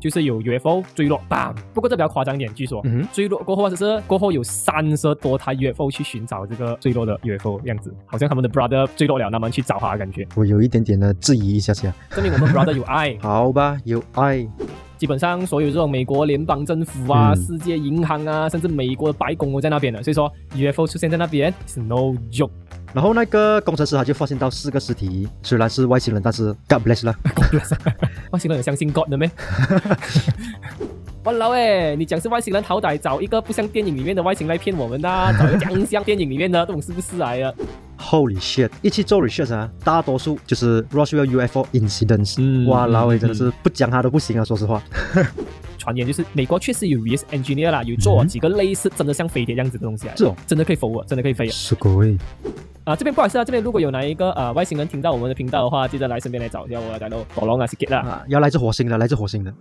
就是有 UFO 坠落，bam。不过这比较夸张一点，据说、嗯嗯哼坠落过后，或者是过后有三十多台 UFO 去寻找这个坠落的 UFO 样子，好像他们的 brother 坠落了，那么去找他的 感觉，我有一点点的质疑一下下。证明我们 brother 有爱。好吧，有爱，基本上所有这种美国联邦政府啊、嗯世界银行啊，甚至美国的白宫都在那边的，所以说 UFO 出现在那边 is no joke。 然后那个工程师他就发现到四个尸体，虽然是外星人，但是 God bless 啦。 外星人有相信 God 的 咩？哇老诶，你讲是外星人，好歹找一个不像电影里面的外星来骗我们呐、找一个像像电影里面的这种是不是来啊了？ Holy shit！一起做 research 啊，大多数就是 Roswell UFO incidents。嗯哇，老欸嗯伟真的是不讲他都不行啊，说实话。传言就是美国确实有 reverse engineer 啦，有做嗯几个类似真的像飞碟这样子的东西啊，这种真的可以飞啊，真的可以飞啊！是鬼。啊，这边不好意思啊，这边如果有哪一个呃外星人听到我们的频道的话，记得来身边来找一下我啊，大佬，火龙啊，是 get 啦。啊，要来自火星的，来自火星的。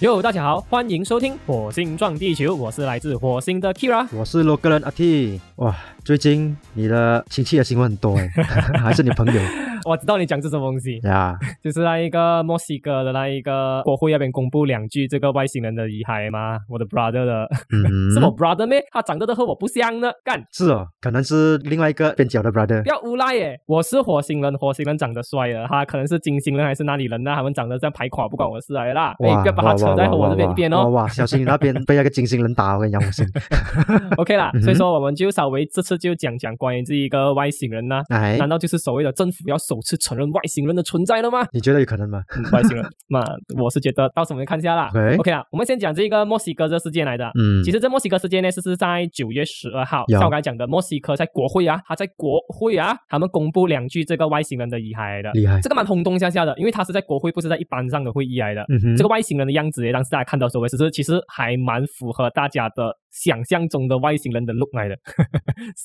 哟，大家好，欢迎收听《火星撞地球》，我是来自火星的 Kira。我是 local 人阿 T。哇，最近你的亲戚的新闻很多哎， 还是你朋友我知道你讲这什么东西，呀？就是那一个墨西哥的那一个国会那边公布两句这个外星人的遗骸吗？我的 brother 的， 嗯，是我 brother 咩？他长得都和我不像呢，干！是哦，可能是另外一个边角的 brother 不。要诬赖耶！我是火星人，火星人长得帅的，他可能是金星人还是哪里人呢？啊他们长得这样排垮，不关我的事来啦！哎，不要把他扯在我这边一边哇哦。哇，小心你 那边被那个金星人打，我跟你讲，我信。 OK 啦，嗯哼所以说我们就稍微这次就讲讲关于这一个外星人呐、哎难，道就是所谓的政府要首次承认外星人的存在了吗？你觉得有可能吗？嗯外 星人，那我是觉得到时候我们看一下啦。 OK OK 啦，我们先讲这个墨西哥这事件来的。嗯其实这墨西哥事件呢，是是在九月十二号，有像我刚才讲的，墨西哥在国会啊，他在国会啊，他们公布两具这个外星人的遗骸来的，厉害。这个蛮轰动下下的，因为他是在国会，不是在一般上的会议来的。嗯哼，这个外星人的样子，当时大家看到的时候，其实其实还蛮符合大家的想象中的外星人的 look 来的，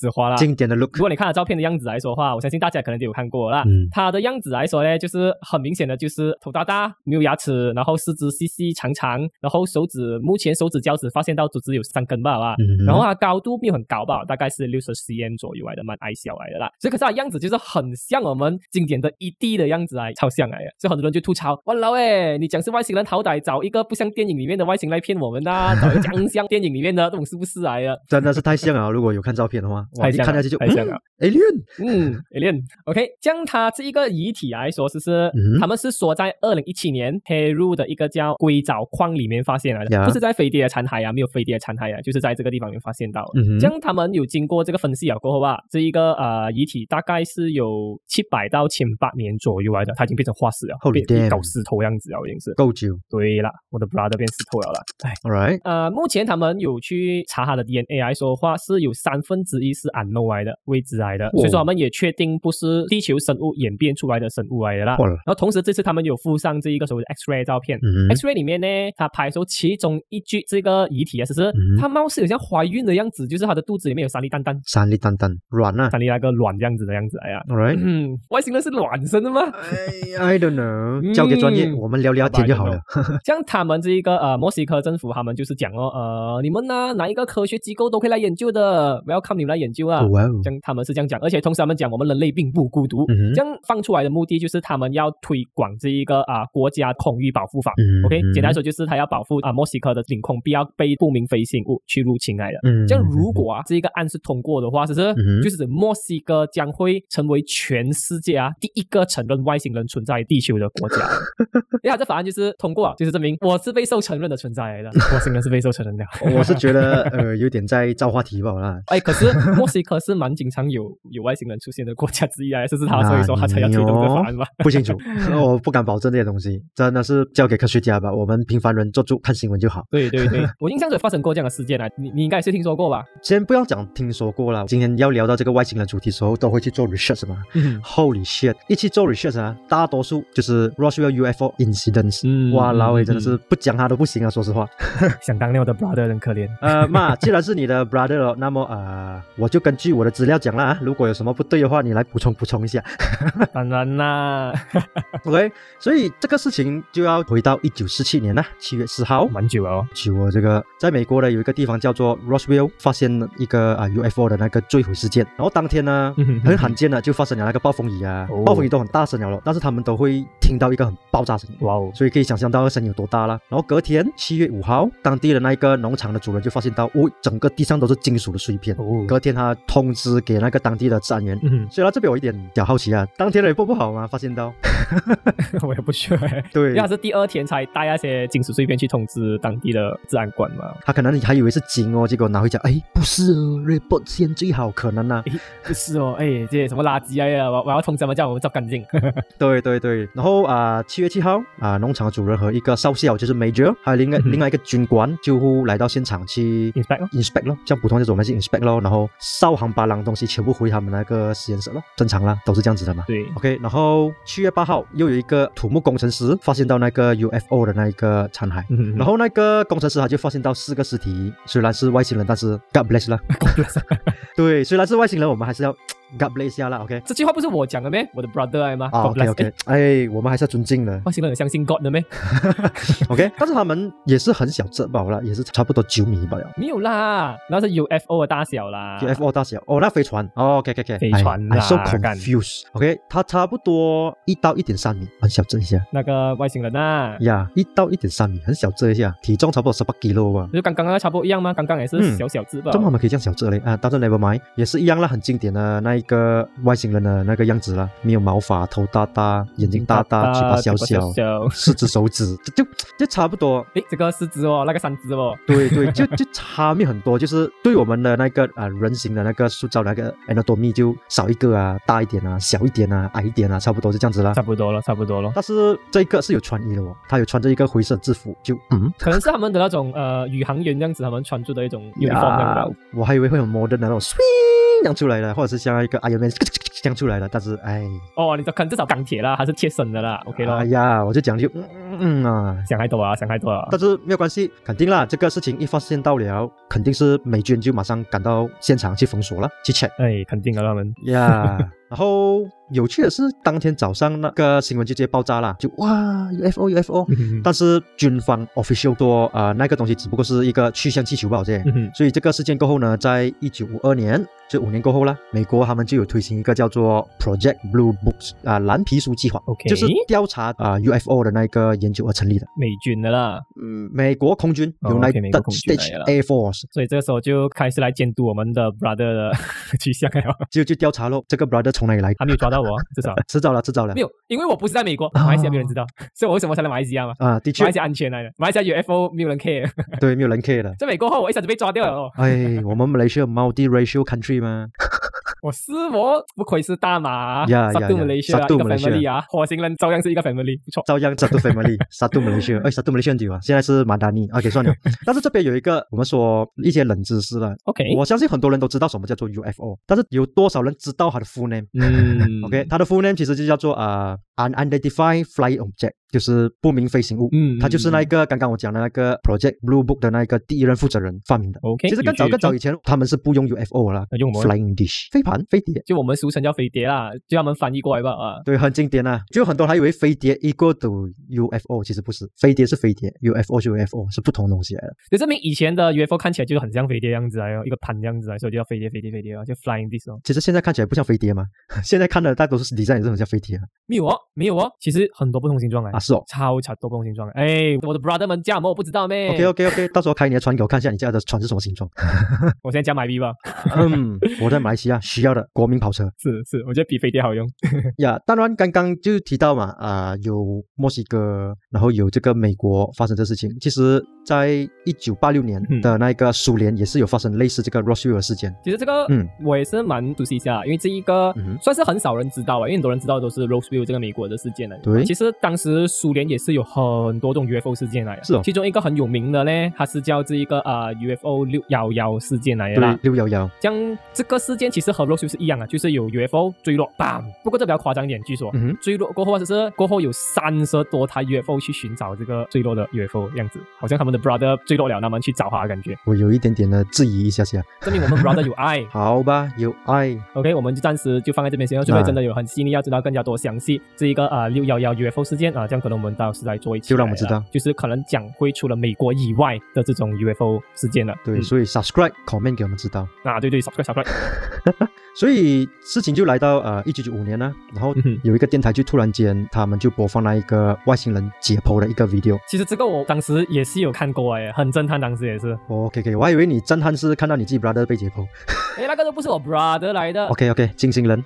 实话啦。经典的 look 如。果你看了照片的样子来说的话，我相信大家可能都有看过啦。嗯它的样子来说呢，就是很明显的，就是头大大，没有牙齿，然后四肢细细长长，然后手指目前手指脚趾发现到组织有三根吧，好吧。嗯哼，然后啊它高度没有很高吧，大概是六十 cm 左右来的，蛮矮小来的啦。所以可是它的样子就是很像我们经典的 ED 的样子来，超像来的。所以很多人就吐槽：“哇老诶，你讲是外星人，好歹找一个不像电影里面的外星来骗我们呐、找一个像像电影里面的这种是不啊是来 的？真的是太像了。啊如果有看照片的话，哇，太一像看下了去就太像啊了。嗯 Alien 嗯 a l OK，将它这一个遗体来说，是是、嗯他们是说在二零一七年黑入的一个叫硅藻矿里面发现来的呀不是在飞碟的残骸啊，没有飞碟的残骸啊，就是在这个地方面发现到的。嗯哼这样他们有经过这个分析啊过后啊，这一个呃遗体大概是有七百到千八年左右来的，它已经变成化石了，后 Holy 变 damn 搞石头样子了，已经是。够久对啦，我的 brother 变石头了啦，哎。 ，All right，呃，目前他们有去查他的 DNA 来说的话，是有三分之一是 unknown 来的未知来的，所以说他们也确定不是地球生物演变出来的生物来的啦。哇然后同时这次他们有附上这一个所谓的 X-ray 照片。嗯哼 X-ray 里面呢，他拍出其中一具这个遗体啊，只是嗯他貌似有像怀孕的样子，就是他的肚子里面有三粒蛋蛋，三粒蛋蛋软啊三粒那个卵这样子的样子哎呀。 ，All right。嗯， 外星人是卵生的吗？ 哎 I I don't know，交给专业，嗯我们聊聊天就好了。像他们这一个呃墨西哥政府，他们就是讲哦，呃，你们呢、哪一个科学机构都可以来研究的，welcome 你们来研究啊。哇哦，像他们是这样讲，而且同时他们讲我们人类并不孤独，嗯哼这样放出来的目的就是他们要推广这一个啊、国家空域保护法。嗯 OK，简单说，说就是他要保护啊、墨西哥的领空不要被不明飞行物去入侵来的。嗯这样如果啊这一个案是通过的话，其实哼就是墨西哥将会成为全世界啊第一个承认外星人存在地球的国家。哎呀，这法案就是通过啊，就是证明我是被受承认的存在来的，外星人是被受承认 的。 我是觉得呃有点在造话题吧啦。哎，可是墨西哥是蛮经常有有外星人出现的国家之一啊，是不是他？那哦所以说他才要推动这个法案嘛。不清楚，我不敢保证这些东西，真的是交给科学家吧。我们平凡人做主，看新闻就好。对对对，我印象中有发生过这样的事件啊，你你应该也是听说过吧？先不要讲听说过了，今天要聊到这个外星人主题的时候，都会去做 research 嘛。嗯 Holy shit！一起做 research 啊，大多数就是 Roswell UFO incidents。嗯哇，老伟嗯真的是不讲他都不行啊，说实话。想当年我的 brother 很可怜。哎、呃，嘛，既然是你的 brother 了，那么呃，我就根据我的资料讲了啊，如果有什么不对的话，你来补充补充一下。 当然啦， OK，所以这个事情就要回到一九四七年啦，七月四号。蛮久了哦。就我这个，在美国呢有一个地方叫做 Roswell，发现了一个啊 UFO 的那个坠毁事件。然后当天呢，嗯哼很罕见啊的就发生了那个暴风雨啊，哦暴风雨都很大声了咯，但是他们都会听到一个很爆炸声音。哇哦，所以可以想象到声音有多大啦。然后隔天七月五号，当地的那一个农场的主人就发现到，哦，整个地上都是金属的碎片。哦隔天他通知给那个当地的治安员。嗯，所以到这边我有一点小好奇啊，当天的也播不好嘛，发现到 我也不确定。对因为，他是第二天才带那些金属碎片去通知当地的治安官嘛，他可能还以为是金哦，结果拿回家，哎，不是哦 r e b o t 先最好可能啊，不是哦，哎，这些什么垃圾啊呀，我我要通知他们叫我们照干 净。对对对，然后啊，七、月七号啊、农场的主人和一个少校就是 Major，还有另外、嗯哼嗯另外一个军官救护来到现场去 Inspect 咯 inspect 咯，像普通这种我们是 inspect 咯，然后烧hàng巴郎东西全部回他们那个实验室咯，正常啦，都是这样子的嘛。对， OK，然后七月八号又有一个土木工程师发现到那个 UFO 的那一个残骸。嗯 然后那个工程师他就发现到四个尸体，虽然是外星人，但是 God bless 啦。对，虽然是外星人，我们还是要 God bless 一下啦。OK，这句话不是我讲的咩？我的 brother 来吗？啊 God ，OK bless OK，哎哎，我们还是要尊敬的。外星人有相信 God 的咩？ OK，但是他们也是很小只吧，啦，也是差不多九米吧了。没有啦，那是 UFO 的大小啦。 UFO 大小哦，那飞船哦，OK OK OK，啊飞船啦 i so 干 confused。OK，它差不多一到一点三米，很小只一下那个外星人啊，呀，一到一点三米，很小只一下，体重差不多十八 kilo 吧。就刚刚啊那差不多一样吗？刚刚也是嗯小小只吧怎。么他们可以这样小只嘞？啊，但是 never mind，也是一样啦，很经典的那一个外星人的那个样子啦，没有毛发，头大大，眼睛大大，嘴巴小嗯嘴小巴，小小。四只手指，就就就差不多。诶，这个四只哦，那个三只哦。对对，就就差面很多，就是对我们的那个啊、呃人形的那个塑造那个 anatomy 就少一个啊，大一点啊，小一点啊，矮一点啊，差不多是这样子啦差。不多了，差不多了。但是这一个是有穿衣的哦，他有穿着一个灰色制服，就嗯，可能是他们的那种呃宇航员这样子，他们穿着的一种 uniform 这样呀吧。我还以为会有 modern 的那种 swing 这样出来的，或者是像一个 Iron Man 这样出来的，但是哎，哦，你都看至少钢铁啦，还是贴身的啦，OK 咯哎。呀，我就讲就嗯嗯嗯啊，想太多啊，想太多啊。但是没有关系，肯定啦，这个事情一发现到了，肯定是美军就马上赶到现场去封锁了，去 check。哎，肯定啊，他们呀、 然后有趣的是，当天早上那个新闻就直接爆炸啦，就哇 UFO UFO，但嗯是军方 official 说啊、呃那个东西只不过是一个气象气球吧，我这。嗯所以这个事件过后呢，在一九五二年，就五年过后啦，美国他们就有推行一个叫做 Project Blue Books 啊、蓝皮书计划 OK 就是调查啊、UFO 的那个研究而成立的。美军的啦，嗯，美国空军哦 United ，OK，美国空军 States 来了 Air Force 所以这个时候就开始来监督我们的 brother 的 去向了。就就调查咯，这个 brother 从哪里 来？啊还没有抓到我，至 少迟早了，迟早了没。有，因为我不是在美国，马来西亚没有人知道，所以我为什么才来马来西亚嘛？啊，的马确来，西亚安全来的，马来西亚 UFO 没有人 care。对，没有人 care 的。在美国后，我一下子被抓掉了哦。哎，我们马来西亚 multiracial country 吗？我是我，不愧是大马啊，呀呀沙杜呀雷西亚一沙杜个 Malaysia family 啊，火星人照样是一个 family，不错。照样 Satu family，沙杜马来西亚，哎，沙杜马来西亚很久啊，现在是马达尼，OK 算了。但是这边有一个我们说一些冷知识了， OK，我相信很多人都知道什么叫做 UFO，但是有多少人知道它的 full name？嗯 OK，它的 full name 其实就叫做啊、呃 unidentified flying object，就是不明飞行物。嗯它就是那一嗯个刚刚我讲的那个 Project Blue Book 的那一个第一任负责人发明的。嗯 OK，其实更早有趣啊更早以前，他们是不用 UFO 啦那用我们，Flying Dish 飞盘飞碟。就我们俗称叫飞碟啦，就他们翻译过来吧啊。对，很经典啊！就很多人还以为飞碟 equal to UFO，其实不是，飞碟是飞碟，UFO 是 UFO，是不同东西来的。就证明以前的 UFO 看起来就是很像飞碟样子啊，一个盘这样子啊，所以就叫飞碟飞碟飞碟啊，就 flying disc 哦。其实现在看起来不像飞碟嘛， 现在看的大多数 design 也是很像飞碟啊。没有哦，没有哦，其实很多不同形状哎、啊，是哦。超超多不同形状的。哎，我的 brother 们加什么我不知道咩。 OK OK OK，到时候开你的船给我看一下，你家的船是什么形状？我现在加买 B 吧。嗯， 我在马来西亚需要的国民跑车是是，我觉得比飞碟好用。呀。当然，刚刚就提到嘛，啊、有墨西哥，然后有这个美国发生这事情。其实，在一九八六年嗯的那个苏联也是有发生类似这个 Roswell 事件。其实这个，嗯我也是蛮熟悉一下，因为这一个嗯哼算是很少人知道啊，因为很多人知道都是 Roseville 这个美国国的事件来的。对其实当时苏联也是有很多种 UFO 事件来的，是哦其中一个很有名的呢，它是叫这一个呃 UFO 六幺幺事件来的啦对，。六幺幺，像这个事件其实和 r o 是一样啊，就是有 UFO 坠落 b 不过这比较夸张一点，据说、嗯哼，坠落过后，或者是过后有三十多台 UFO 去寻找这个坠落的 UFO 样子，好像他们的 brother 坠落了，他们去找他的感觉，我有一点点的质疑一下下。。证明我们 brother 有爱好吧，有爱， OK，我们就暂时就放在这边先，除非真的有很细腻要知道更加多详细这一个啊六幺幺 UFO 事件啊、这样可能我们到时来做一期，啊就让我们知道，就是可能讲会除了美国以外的这种 UFO 事件了。对，嗯所以 subscribe comment 给我们知道。啊对对，subscribe subscribe，所以事情就来到呃一九九五年呢，然后嗯哼有一个电台就突然间他们就播放了一个外星人解剖的一个 video。其实这个我当时也是有看过哎，很震撼，当时也是。 OK OK，我还以哦为你震撼是看到你自己 brother 被解 剖。哎，那个都不是我 brother 来的 OK OK，金星人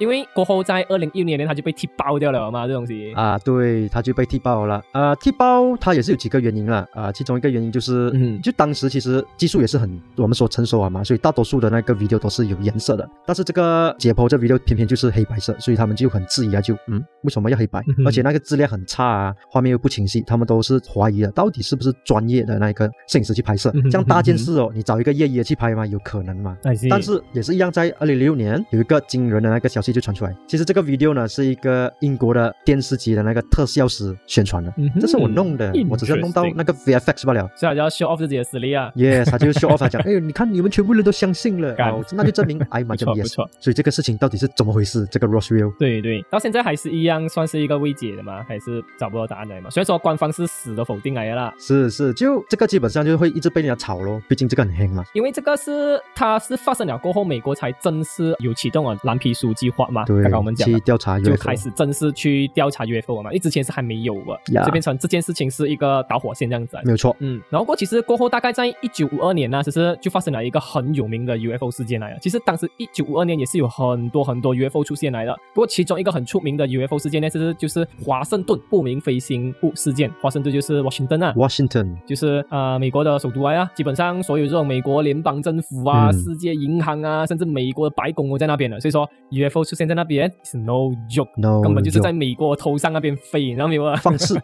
因为过后在二零一六年他就被踢爆掉了嘛，这东西。啊，对，他就被踢爆了啊、踢爆他也是有几个原因啦啊、其中一个原因就是。嗯，就当时其实技术也是很我们说成熟啊嘛，所以大多数的那个 video 都是有颜色的，但是这个解剖这 video 偏偏就是黑白色，所以他们就很质疑啊，就嗯为什么要黑白嗯？哼而且那个质量很差啊，画面又不清晰，他们都是怀疑的，啊到底是不是专业的那个摄影师去拍摄嗯哼？这样大件事哦，你找一个业余的去拍吗？有可能吗？ I see 但是也是一样，在二零零六年有一个惊人的那个消息就传出来，其实这个 video 呢是一个英国的电视机的那个特效师宣传的嗯哼，这是我弄的，我只是弄到 Interesting 那个 VFX 罢了。所以他就要 show off 自己的实力啊。 Yes，他就是 show off，他讲，哎呦，你看你们全部人都相 信了，干哦，那就证明 I m 不 y 错 j 不 yes。错，所以这个事情到底是怎么回事？这个 Roswell 对对，到现在还是一样，算是一个未解的嘛，还是找不到答案来嘛。虽然说官方是死的否定来的啦，是是，就这个基本上就会一直被人家炒咯，毕竟这个很黑嘛。因为这个是它是发生了过后，美国才正式有启动了蓝皮书计划嘛。对，啊刚刚我们讲去的。调查就 UFO 开始正式去调查 UFO 了嘛，因为之前是还没有的，呀就变成这件事情是一个导火线这样子来的没。有错，嗯，然后过其实过后大概在一九五二年呢，其实就发生了一个很有名的 UFO 事件来了。其实当时一九五二年也是有很多很多 UFO 出现来的，不过其中一个很出名的 UFO 事件呢，其实就是华盛顿不明飞行物事件。华盛顿就是 Washington 啊。 Washington 就是呃，美国的首都来啊，基本上所有这种美国联邦政府啊、嗯世界银行啊，甚至美国的白宫都在那边的，所以说 UFO 出现在那边 is no joke， no，根本就是在 joke 美国头上那边飞，你知道没 有啊？放肆。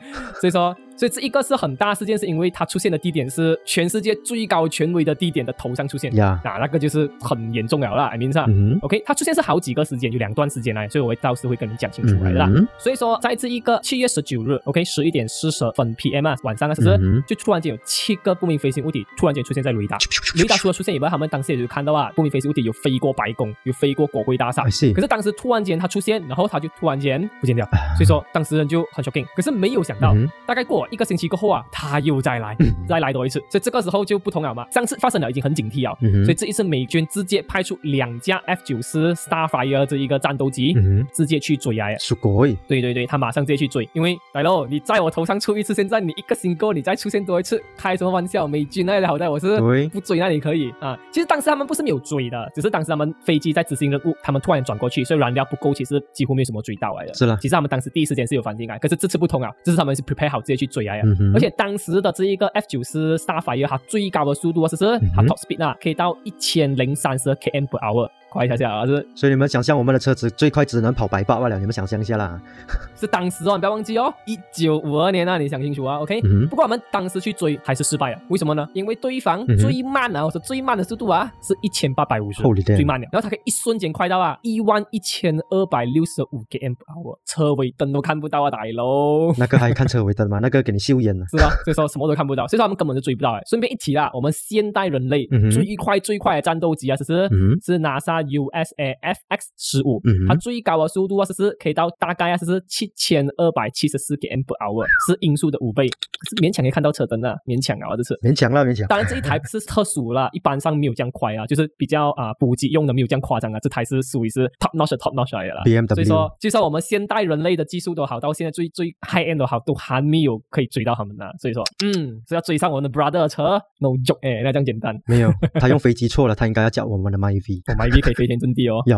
所以说，所以这一个是很大事件，是因为它出现的地点是全世界最高权威的地点的头上出现，呀，啊，那个就是很严重了啦，I mean 上。嗯 OK，它出现是好几个时间，有两段时间来，所以我会到时会跟你讲清楚来的啦。嗯，所以说，在这一个七月十九日，OK，十一点四十分 PM 啊，晚上啊，其实、嗯哼就突然间有七个不明飞行物体突然间出现在雷达，雷达除了出现以外，他们当时也就看到啊，不明飞行物体有飞过白宫，有飞过国会大厦 I，see 可是当时突然间它出现，然后它就突然间不见掉，所以说当时人就很 shocking。可是没有想到，嗯哼嗯大概过一个星期过后啊，它又再来，再来多一次。所以这个时候就不同了嘛，上次发生了已经很警惕了，嗯哼所以这一次美军直接派出两架 F 九四 Starfire 这一个战斗机。嗯哼，直接去追啊来，すごい，对对对，他马上直接去追，因为来喽，你在我头上出一次，现在你一个星哥，你再出现多一次，开什么玩笑？美军那好歹我是对不追那里可以啊。其实当时他们不是没有追的，只是当时他们飞机在执行任务，他们突然转过去，所以燃料不够，其实几乎没有什么追到来的。是啦其实他们当时第一时间是有反应啊，可是这次不同啊，这次他们是 prepare 好直接去追来啊。嗯哼，而且当时的这一个 F 九四 Starfire 它最高的速度啊，其实它嗯哼 top speed 啊，可以到一千零三十 km per hour，快一下下啊，是所以你们想象我们的车子最快只能跑百八罢了，你们想象一下啦。是当时哦，你不要忘记哦，一九五二年啊，你想清楚啊，OK、嗯不过我们当时去追还是失败了，啊为什么呢？因为对方嗯哼最慢啊，我说最慢的速度啊是一千八百五十， Holy damn 最慢了。然后它可以一瞬间快到啊一万一千二百六十五 km h o u 车尾灯都看不到啊，大佬。那个还看车尾灯吗？那个给你 秀眼了。是吧？所以说什么都看不到，所以说他们根本就追不到。哎，顺便一提啦，我们现代人类嗯哼最快最快的战斗机啊，其实嗯是 NASA USA FX 十五嗯，哼它最高的速度啊，其实可以到大概啊，就是七千二百七十四 km per hour，是音速的五倍，可是勉强可以看到车灯啊，勉强啊，这是。勉强啦，勉强。当然，这一台是特殊啦，一般上没有这样快啊，就是比较啊补给用的没有这样夸张啊，这台是属于是 top notch 的 top notch 来的啦。 BMW 所以说，就算我们现代人类的技术都好，到现在最最 high end 都好，都还没有可以追到他们呢。所以说，嗯，是要追上我 们的 brother 的车，no joke，哎，那这样简单。没有，他用飞机错了，他应该要叫我们的 My V。我买 V 可可以飞天遁地哦。 呀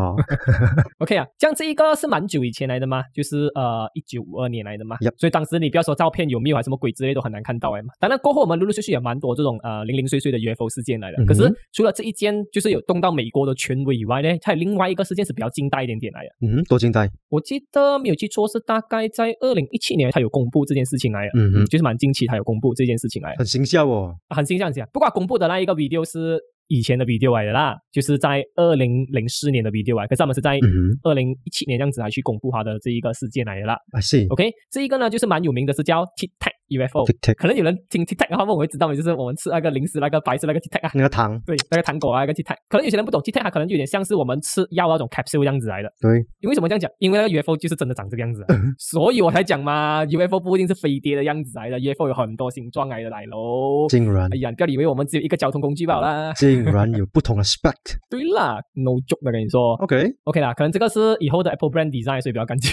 OK 啊，这样这一个是蛮久以前来的嘛，就是呃一九五二年来的嘛 Yup 所以当时你不要说照片有没有还是什么鬼之类都很难看到哎嘛。当然过后我们陆陆续续也蛮多这种呃零零碎碎的 UFO 事件来的。嗯哼可是除了这一件就是有动到美国的权威以外呢，还有另外一个事件是比较近代一点点来的。嗯，多惊呆，我记得没有记错是大概在二零一七年他有公布这件事情来的。嗯哼，就是蛮近期，他有公布这件事情来的，很形象哦，很形象讲。不过他公布的那一个 video 是以前的 video 来的啦，就是在二零零四年的 video 来，可是他们是在嗯哼二零一七年这样子来去公布他的这一个事件来的啦。 ，I see， OK，这一个呢就是蛮有名的，是叫 Tic Tac UFO。 Tic Tac 可能有人听 Tic Tac 的话，问我会知道，就是我们吃那个零食那个白色那个 Tic Tac 啊。那个糖，对，那个糖果啊，那个 Tic Tac，可能有些人不懂 Tic Tac，它可能有点像是我们吃药那种 capsule 这样子来的。对，因为什么这样讲？因为那个 UFO 就是真的长这个样子、啊，所以我才讲嘛，UFO 不一定是飞碟的样子来的，UFO 有很多形状来的来喽。竟然哎呀，你不要以为我们只有一个交通工具罢了啦。竟然有不同的 spec，OK，、对啦，no joke 的跟你说 OK， ，OK 啦，可能这个是以后的 Apple brand design，所以比较干净。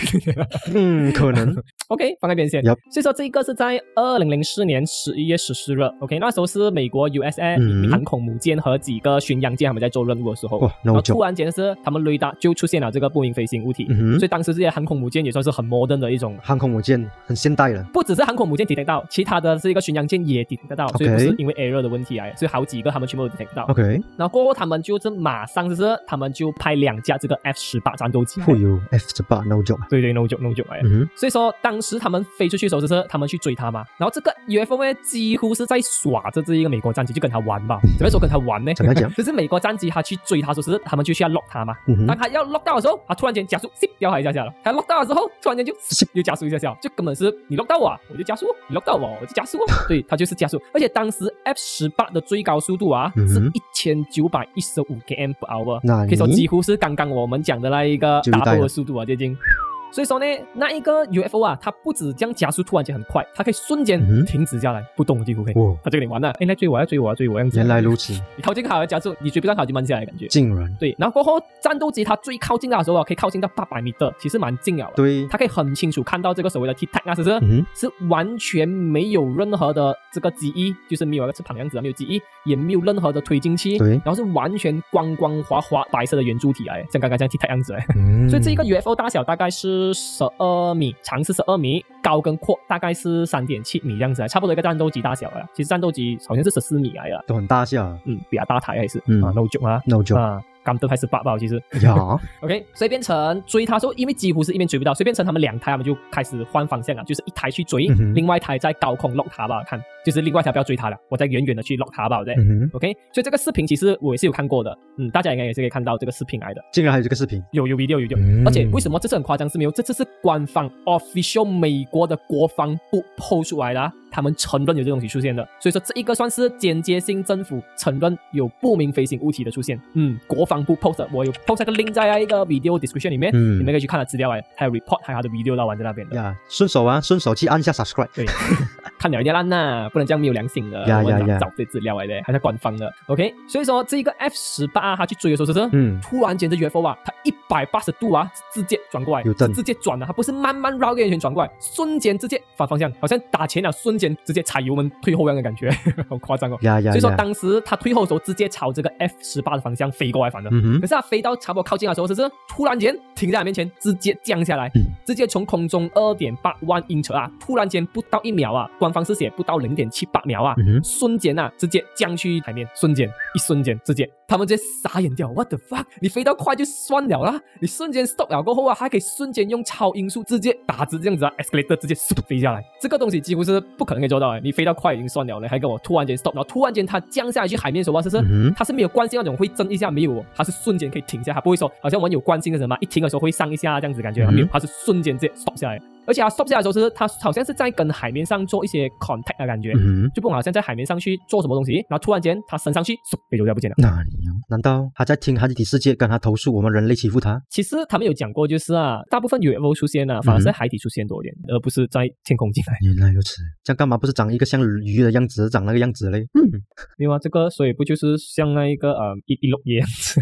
嗯，可能 OK，放在边先。 Yup 所以说这一个是在二零零四年十一月十四日，OK，那时候是美国 USA 嗯航空母舰和几个巡洋舰他们在做任务的时候，哇然，no 后 joke，突然间是他们雷达就出现了这个不明飞行物体，嗯哼所以当时这些航空母舰也算是很 modern 的一种。航空母舰很现代了，不只是航空母舰 detect 到，其他的这个巡洋舰也 detect 到，所以不 OK 是因为 error 的问题啊，所以好几个他们全部都 detect 到。 ，OK，然后过后他们就是马上就是他们就派两架这个 F 十八战斗机来，会有 F 十八 no joke，对对，no joke no joke 哎，嗯哼，所以说，当时他们飞出去的时候，就是他们去追他嘛。然后这个 UFO 呢，几乎是在耍着这一个美国战机，就跟他玩吧。怎么说跟他玩呢？怎么讲就是美国战机，他去追他的时候，是他们就需要 lock 他嘛。嗯当哼，他要 lock 到的时候，他突然间加速，zip 掉他一下下了。他 lock 到的时候，突然间就 zip 又加速一下下，就根本是你 lock 到我啊，我就加速哦；你 lock 到我啊，我就加 速哦。对，他就是加速。而且当时 F 十八的最高速度啊，嗯哼是一千九百一十五 km per hour。那可以你说几乎是刚刚我们讲的那一个就一代打了破的速度啊，接近。所以说呢，那一个 UFO 啊，它不止这样加速突然间很快，它可以瞬间嗯哼停止下来，不动几乎可以。哇，它就跟你玩了，哎，来追我，要追我，要追我，这样子。原来如此，你靠近它它加速，你追不上它就慢下来，感觉。竟然对，然后过后战斗机它最靠近它的时候啊，可以靠近到八百米的，其实蛮近了的。对，它可以很清楚看到这个所谓的 T tag 啊，是不是？嗯哼，是完全没有任何的这个机翼，就是没有那个翅膀样子啊，没有机翼，也没有任何的推进器，对然后是完全光光滑滑白色的圆柱体来，像刚刚这样 T 样子来。哎嗯，所以这一个 UFO 大小大概是十二米，长是十二米，高跟阔大概是三点七米这样子来，哎差不多一个战斗机大小了。啊其实战斗机好像是十四米来了，都很大下嗯，比较大台还是、嗯啊，no joke 啊， ，no joke，啊，刚登还是八吧，其实。呀， OK，所以变成追他说，因为几乎是一边追不到，所以变成他们两台，他们就开始换方向了，啊就是一台去追，嗯哼另外一台在高空 lock 他吧，看就是另外一台不要追他了，我在远远的去 lock 他吧，对。嗯哼， OK，所以这个视频其实我也是有看过的，嗯，大家应该也是可以看到这个视频来的，竟然还有这个视频，有有 video 有有，嗯而且为什么这次很夸张是没有？这次是官方 official 美国的国防部 PO 出来的啊、他们承认有这东西出现的，所以说这一个算是间接性政府承认有不明飞行物体的出现。嗯，国防部 post 的我有 post 那个 link 在一个 video description 里面，嗯你们可以去看了资料哎，还有 report 还有他的 video 到完在那边的。呀，顺手啊，顺手去按一下 subscribe，对，看了人家烂呐，不能这样没有良心的。呀我们呀呀找这资料来的，还是官方的。OK，所以说这个 F 十八、啊、他去追的时候，是不是？嗯突然间这 UFO 啊，它一百八十度啊，直接转过来，有震直接转了，啊它不是慢慢绕一个圆圈转过来，瞬间直接反方向，好像打前了，瞬间直接踩油门退后一样的感觉， 好夸张哦。呀哎呀，所以说呀，当时它退后的时候，直接朝这个 F 十八的方向飞过来，反正。嗯哼可，是它飞到差不多靠近的时候，就是突然间停在它面前，直接降下来，嗯直接从空中二点八万英尺啊，突然间不到一秒啊，官方是写不到零点七八秒啊，嗯哼，瞬间啊，直接降去海面，瞬间，一瞬间，直接，他们直接傻眼掉，what the fuck！你飞到快就算了啦，你瞬间 stop 了过后啊，还可以瞬间用超音速直接打直这样子啊，escalator 直接嗖飞下来，这个东西几乎是不可能可以做到的。你飞到快已经算了了，还跟我突然间 stop，然后突然间它降下来去海面的时候啊，是不是？嗯哼它是没有惯性那种会震一下没有哦，它是瞬间可以停下，它不会说好像我们有惯性的什么，一停的时候会上一下这样子感觉，它没有，嗯它是瞬间直接 stop 下来，而且它 stop 下来的时候是它好像是在跟海面上做一些 contact 的感觉，嗯哼，就不好像在海面上去做什么东西，然后突然间他升上去，嗖，被留在不见了。那你哦难道他在听海底世界跟他投诉我们人类欺负他？其实他们有讲过，就是啊，大部分 UFO 出现嗯啊，反而是在海底出现多一点，而不是在天空进来。原来如此，这样干嘛不是长一个像鱼的样子，长那个样子嘞？嗯， 另外这个，所以不就是像那一个呃一一六一样子？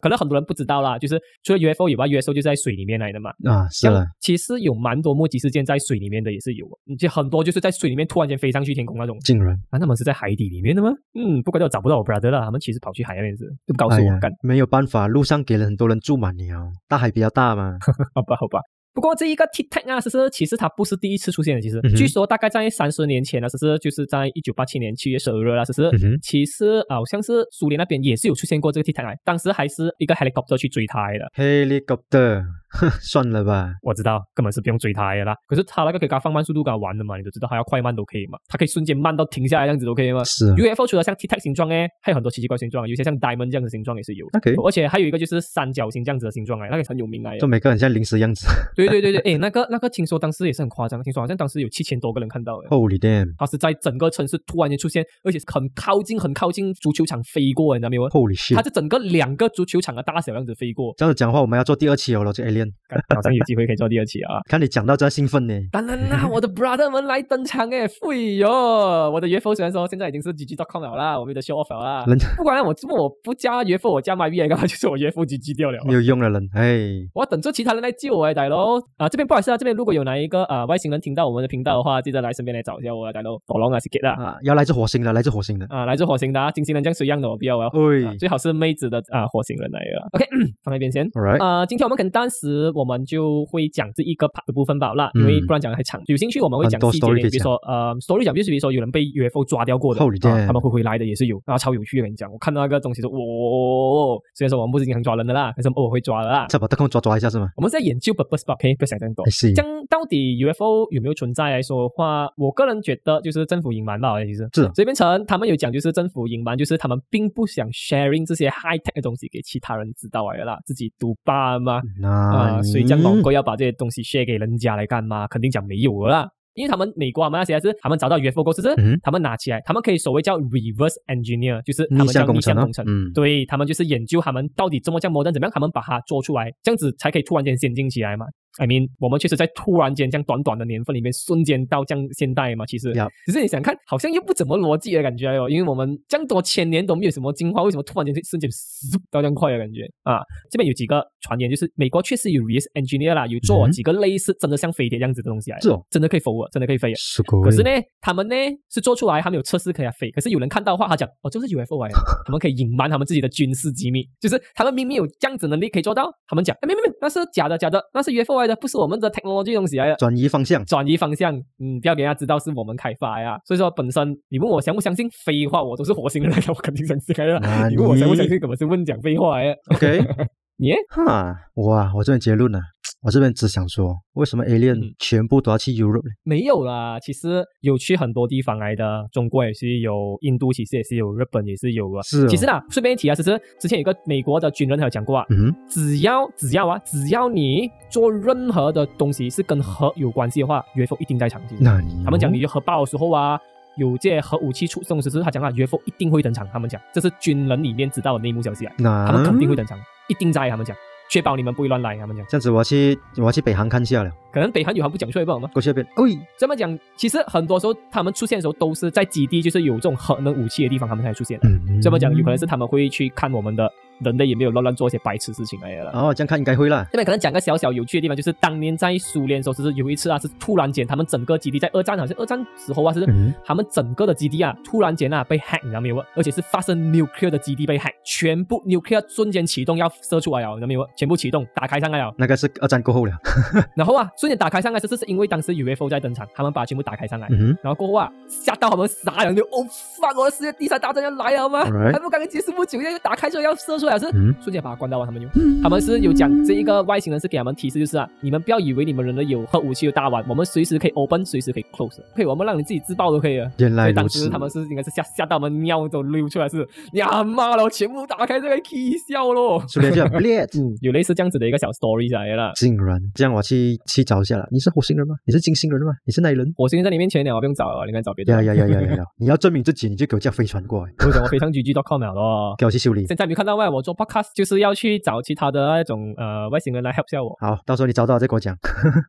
可能很多人不知道啦，就是除了 UFO 以外，USO 就在水里面来的嘛。啊，是了像，其实有蛮多目击事件在水里面的，也是有，就很多就是在水里面突然间飞上去天空那种。竟然，啊，他们是在海底里面的吗？嗯，不过我找不到我 brother 了，他们其实跑去海那边是，就告诉哎我呀干，，没有办法，路上给了很多人住满了，大海比较 大嘛，好吧，好吧。不过这一个 TikTok 啊，其实其实它不是第一次出现的。其实、嗯哼据说大概在三十年前呢，啊其实就是在一九八七年七月十二日啦，其实、嗯哼其实呃好像是苏联那边也是有出现过这个 TikTok，当时还是一个 helicopter 去追它来的。 helicopter，哼 算了吧，我知道根本是不用追它的啦，可是它那个可以给它放慢速度给它玩的嘛，你都知道它要快慢都可以嘛，它可以瞬间慢到停下来这样子都可以 嘛。是啊 UFO 除了像 T T 形状诶，还有很多奇奇怪形状，有些像 diamond 这样的形状也是有。 ，OK，而且还有一个就是三角形这样子的形状哎，那个很有名哎就。每个很像零食 样子对对对对，哎，那个那个听说当时也是很夸张，听说好像当时有七千多个人看到哎。 ，Holy damn，Holy 它是在整个城市突然间出现，而且是很靠近很靠近足球场飞过，你知道没有？它 shit，是整个两个足球场的大小样子飞过，这样子讲话我们要做第二期哦，这 Alien，感好像有机会可以做第二期啊。看你讲到真兴奋呢，当然啦，我的 brother 们来登场哎，哎哟，我的 UFO 虽然说现在已经是 GG.com 了啦，我们的 show off 了啦。人不管我我不加 UFO，我加 my V 干嘛？就是我 UFO GG 掉了。没有用的人，哎，我要等着其他人来救我哎，大佬啊！这边不好意思啊，这边如果有哪一个啊、外星人听到我们的频道的话，记得来身边来找一下我啊，大佬，宝龙啊，是给啦啊，要来自火星的，来自火星的，啊，来自火星的、啊，金星人像谁样的我不要，我要、啊喂最好是妹子的啊，火星人来的啊。OK，放 在一边先。 ，Alright，啊，今天我们可能当时我们就会讲这一个 part 的部分吧啦，嗯因为不然讲得太长。有兴趣我们会很讲多细节 story 一点，可比以如说呃，story 讲，就是比如说有人被 UFO 抓掉过的， Holy 啊 damn 他们会回来的也是有啊，超有趣的。跟你讲，我看到那个东西说，哇、哦，虽然说我们不是经常抓人的啦，但是偶尔会抓的啦。再把特控抓抓一下是吗哎我们是在研究 purpose 吧，OK，不要想这样多？I。see，哦这样到底 UFO 有没有存在来说的话，我个人觉得就是政府隐瞒吧，其实是啊所以变成他们有讲，就是政府隐瞒，就是他们并不想 sharing 这些 high tech 的东西给其他人知道来的啦，自己独霸嘛。啊、那所以这样老你哥要把这些东西 share 给人家来干嘛？肯定讲没有了啦。因为他们美国啊，马来西亚是他们找到 UFO 公司，是、嗯他们拿起来，他们可以所谓叫 reverse engineer，就是他逆们叫向逆工向程啊工程，嗯对他们就是研究他们到底怎么叫摩登怎么样，他们把它做出来，这样子才可以突然间先进起来嘛。I mean，我们确实在突然间这样短短的年份里面，瞬间到这样现代嘛，其实 Yup 只是你想看，好像又不怎么逻辑的感觉哦，因为我们这样多千年都没有什么进化，为什么突然间就瞬间嗖到这样快的感觉啊？这边有几个传言，就是美国确实有 reverse engineer 啦，有做嗯几个类似真的像飞碟这样子的东西来的，是哦真的可以 f o 真的可以飞的。すご可い是呢，他们呢是做出来，他们有测试可以飞。可是有人看到的话，他讲哦，这是 UFO 来的，他们可以隐瞒他们自己的军事机密，就是他们明明有这样子能力可以做到，他们讲哎，没没没，那是假的假的，那是 UFO 来的，不是我们的 technology 东西来的。转移 方向，转移方向，嗯，不要给人家知道是我们开发呀。所以说，本身你问我相不相信废话，我都是火星人来的，我肯定相信来的。啊你问我相不相信，根本是问讲废话呀。 ？OK，你耶哈，我啊，我这边结论呢、我这边只想说，为什么 Alien 嗯全部都要去 Europe？呢没有啦，其实有去很多地方来的，中国也是有，印度其实也是有，日本也是有啊。是哦其实呢，顺便一提啊，其实之前有个美国的军人还有讲过啊，嗯，只要只要啊，只要你做任何的东西是跟核有关系的话，UFO 一定在场。其实那你他们讲你有核爆的时候啊，有这些核武器出动时，他讲啊，UFO 一定会登场。他们讲这是军人里面知道的内幕消息啊，那他们肯定会登场，一定在。他们讲，确保你们不会乱来。他们讲，这样子，我要去我要去北航看一下了，可能北韩有还不讲出来吧，我们过去那边，喂、这么讲，其实很多时候他们出现的时候都是在基地，就是有这种核能武器的地方，他们才出现。嗯，这么讲，有可能是他们会去看我们的人类有没有乱乱做一些白痴事情来的啦。哦，这样看应该会啦，这边可能讲个小小有趣的地方，就是当年在苏联的时候，就是有一次啊，是突然间他们整个基地在二战，好像二战时候啊，是嗯，他们整个的基地啊，突然间啊被 hack，你知道没有？而且是发生 nuclear 的基地被 hack，全部 nuclear 瞬间启动要射出来了，你知道没有？全部启动打开上来了，那个是二战过后了，然后啊，瞬间打开上来，就是是因为当时 UFO 在登场，他们把它全部打开上来。嗯，然后过后啊，吓到他们傻人就哦，fuck！我的世界第三大战要来了吗？ Alright 还不刚刚结束不久，现在就打开出来要射出来是，嗯瞬间把它关掉啊！他们就，他们是有讲这一个外星人是给他们提示，就是啊，你们不要以为你们人类有核武器有大碗，我们随时可以 open，随时可以 close，可以我们让你自己自爆都可以了。原所来以如当时此他，们是应该是吓吓到我们尿都流出来是，呀妈了，全部打开这个 K 笑咯。 苏联就 bled，嗯，有类似这样子的一个小 story 下来了。竟然这样，我去去找一下了。你是火星人吗？你是金星人吗？你是哪里人？我现在在你面前了，不用找了，你应该找别的。呀呀呀呀呀呀！你要证明自己，你就给我架飞船过来，我讲我飞上 GG.com 了咯。给我去修 理。现在没看到外，我做 podcast 就是要去找其他的那种呃外星人来 help 下我。好，到时候你找到再跟我讲。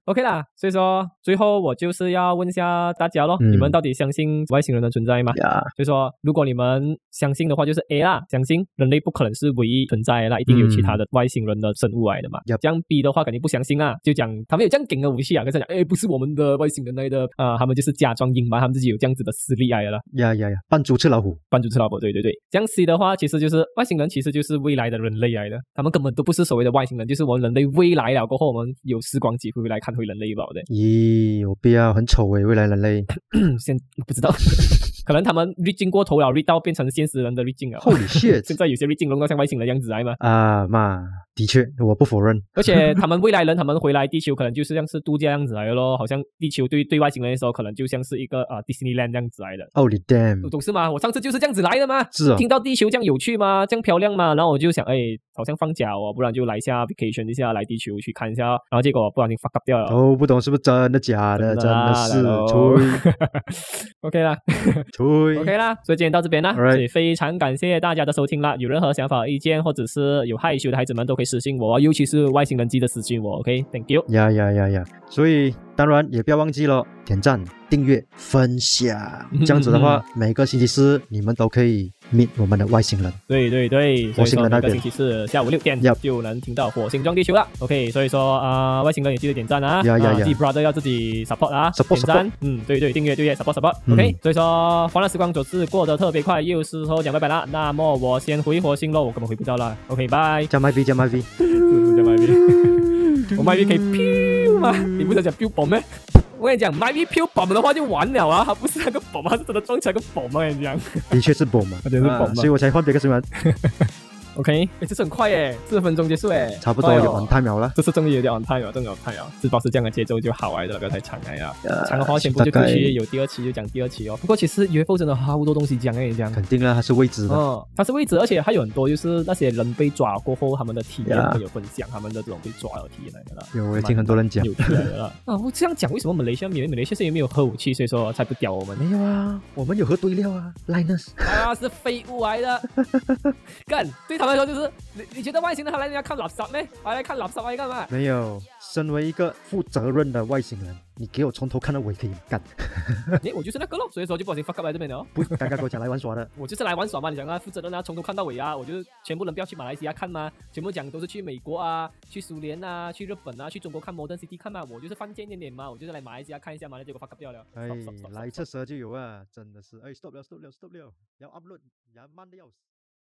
OK 啦，所以说最后我就是要问一下大家咯，嗯你们到底相信外星人的存在吗？呀，所以说，如果你们相信的话，就是 A 啦，相信人类不可能是唯一存在的啦，一定有其他的外星人的生物来的嘛。 Yup 这样 B 的话，肯定不相信啊，就讲他们有这样顶的武器啊，跟他讲，哎，不是我们的外星人来的啊、他们就是假装隐瞒他们自己有这样子的实力来的啦。呀呀呀，扮猪吃老虎。班主吃老婆，对对对。这样 C 的话，其实就是外星人，其实就是未来的人类来的，他们根本都不是所谓的外星人，就是我们人类未来了过后，我们有时光机会来看回人类吧，对。咦，有必要？很丑诶，未来人类。 现嗯不知道， 可能他们滤镜过头了，滤到变成现实人的滤镜了。Holy shit！现在有些滤镜弄到像外星人的样子来嘛，啊嘛，的确，我不否认。而且他们未来人，他们回来地球可能就是像是度假样子来的咯，好像地球对对外星人的时候，可能就像是一个啊、呃 Disneyland 这样子来的， Holy 哦 damn！懂事吗？我上次就是这样子来的嘛，是啊，听到地球这样有趣吗？这样漂亮吗？然后我就想，哎，好像放假哦，不然就来一下 vacation 一下，来地球去看一下。然后结果不小心 fuck up 掉了。都哦不懂是不是真的假的，真的啦是来咯 吹 OK 啦吹。 ，OK 啦，所以今天到这边啦 Alright 所以非常感谢大家的收听啦。有任何想法、意见，或者是有害羞的孩子们，都可以私信我哦，尤其是外星人机的私信我。OK，Thank、you。呀呀呀呀！所以当然也不要忘记了点赞、订阅、分享，这样子的话，每个星期四你们都可以 meet 我们的外星人。对对对，所火以星说人那每个边星期四下午六点 Yup 就能听到火星撞地球了。OK，所以说啊、呃外星人也记得点赞啊 Yeah, yeah, 啊 yeah 自己 brother 要自己 support 啊 Support, 点赞，嗯，对对，订阅订阅 support support。OK，、嗯所以说欢乐时光总是过得特别快，又是时候讲拜拜啦。那么我先回火星喽，我根本回不到啦。OK，拜，加麦 V，加麦 V，讲麦咪， 我麦咪可以 pew 啊吗？你不是讲 pew bomb 咩？我跟你讲，麦咪 pew bomb 的话就完了啊，它不是那个 bomb，它是真的装起来个 bomb 啊。我跟你讲。的确是 b o 嘛，的确是 bomb 啊嘛所以我才换别个新闻， OK，哎，这次很快耶，四分钟结束哎，差不多哎呦有 on time 了啦。这次终于有点 on time 了，终于 on time 了，是保持这样的节奏就好来的了，不要太长来啊。呃长的话，全部就出大概去，有第二期就讲第二期哦。不过其实 UFO 真的好多东西讲哎，讲。肯定啦，它是未知的。嗯，它是位置，而且还有很多就是那些人被抓过后，他们的体验 Yeah 会有分享，他们的这种被抓的体验来的啦。有，我也听很多人讲有。趣来的啦。啊，我这样讲，为什么马来西亚没有？马来西亚是因为没有核武器，所以说才不屌我们。没有啊，我们有核堆料啊，Linus。啊，是废物来的。 干，对他们来说就是，你你觉得外星人还来人家看垃圾咩？还来看垃圾来干嘛？没有，身为一个负责任的外星人，你给我从头看到尾可以干，诶，我就是那个咯，所以说就不小心 fuck up 来这边了哦。不刚刚给我讲来玩耍的。我就是来玩耍嘛，你讲啊，负责任啊，从头看到尾啊，我就是全部人不要去马来西亚看嘛，全部讲都是去美国啊，去苏联啊，去日本啊，去中国看 Modern City 看嘛，我就是犯贱一点点嘛，我就是来马来西亚看一下嘛，那结果 fuck up 掉了。哎 Stop, stop, stop,，stop, 来 stop 测舌就有啊，真的是，哎，stop 了，stop 了，stop 了，要 upload，要慢的要死。